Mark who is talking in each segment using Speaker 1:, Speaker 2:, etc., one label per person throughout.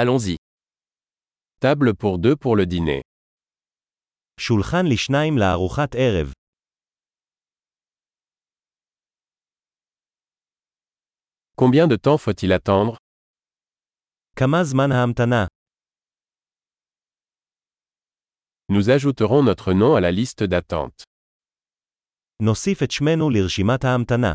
Speaker 1: Allons-y. Table pour deux pour le dîner.
Speaker 2: שולחן לשניים לארוחת ערב.
Speaker 1: Combien de temps faut-il attendre
Speaker 2: כמה זמן ההמתנה?
Speaker 1: Nous ajouterons notre nom à la liste d'attente.
Speaker 2: נוסיף את שמנו לרשימת ההמתנה.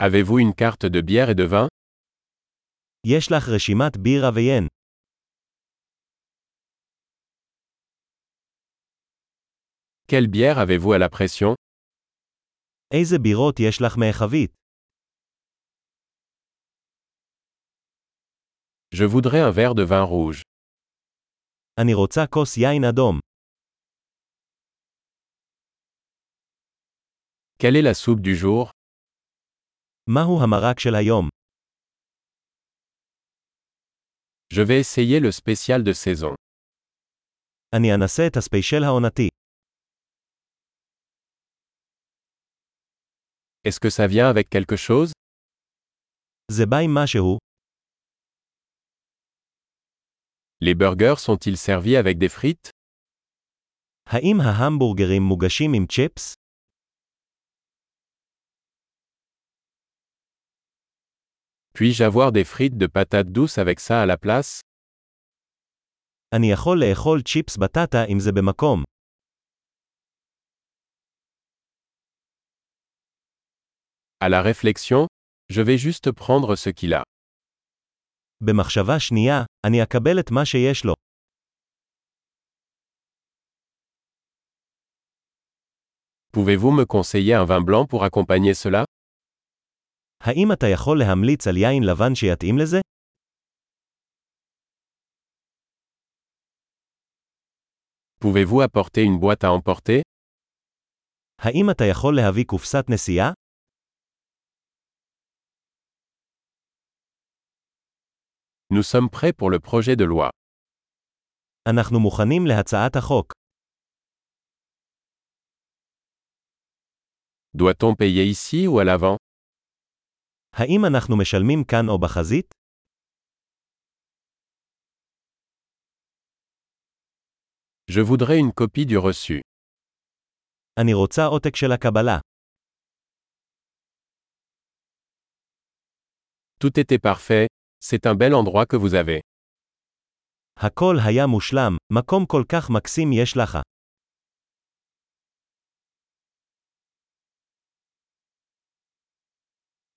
Speaker 1: Avez-vous une carte de bière et de vin
Speaker 2: יש לך רשימת בירה ויין.
Speaker 1: Quelle bière avez-vous à la pression
Speaker 2: איזה בירות יש לך מהחבית?
Speaker 1: Je voudrais un verre de vin rouge.
Speaker 2: אני רוצה כוס יין אדום.
Speaker 1: Quelle est la soupe du jour
Speaker 2: מהו המרק של היום?
Speaker 1: Je vais essayer le spécial de saison.
Speaker 2: אני אנסה את הספיישל העונתי.
Speaker 1: Est-ce que ça vient avec quelque chose
Speaker 2: זה בא עם משהו?
Speaker 1: Les burgers sont-ils servis avec des frites
Speaker 2: האם ההמבורגרים מוגשים עם צ'יפס?
Speaker 1: Puis-je avoir des frites de patates douces avec ça à la place
Speaker 2: אני יכול לאכול צ'יפס בטטה אם זה במקום.
Speaker 1: À la réflexion, je vais juste prendre ce qu'il a.
Speaker 2: במחשבה שנייה, אני אקבל את מה שיש לו.
Speaker 1: Pouvez-vous me conseiller un vin blanc pour accompagner cela
Speaker 2: האם אתה יכול להמליץ על יין לבן שיתאים לזה?
Speaker 1: Pouvez-vous apporter une boîte à emporter
Speaker 2: האם אתה יכול להביא קופסת נסיעה?
Speaker 1: Nous sommes prêts pour le projet de loi.
Speaker 2: אנחנו מוכנים להצעת החוק.
Speaker 1: Doit-on payer ici ou à l'avant
Speaker 2: האם אנחנו משלמים כאן או בחזית?
Speaker 1: Je voudrais une copie du reçu.
Speaker 2: אני רוצה עותק של הקבלה.
Speaker 1: Tout était parfait, c'est un bel endroit que vous avez.
Speaker 2: הכל היה מושלם, מקום כל כך מקסים יש לך.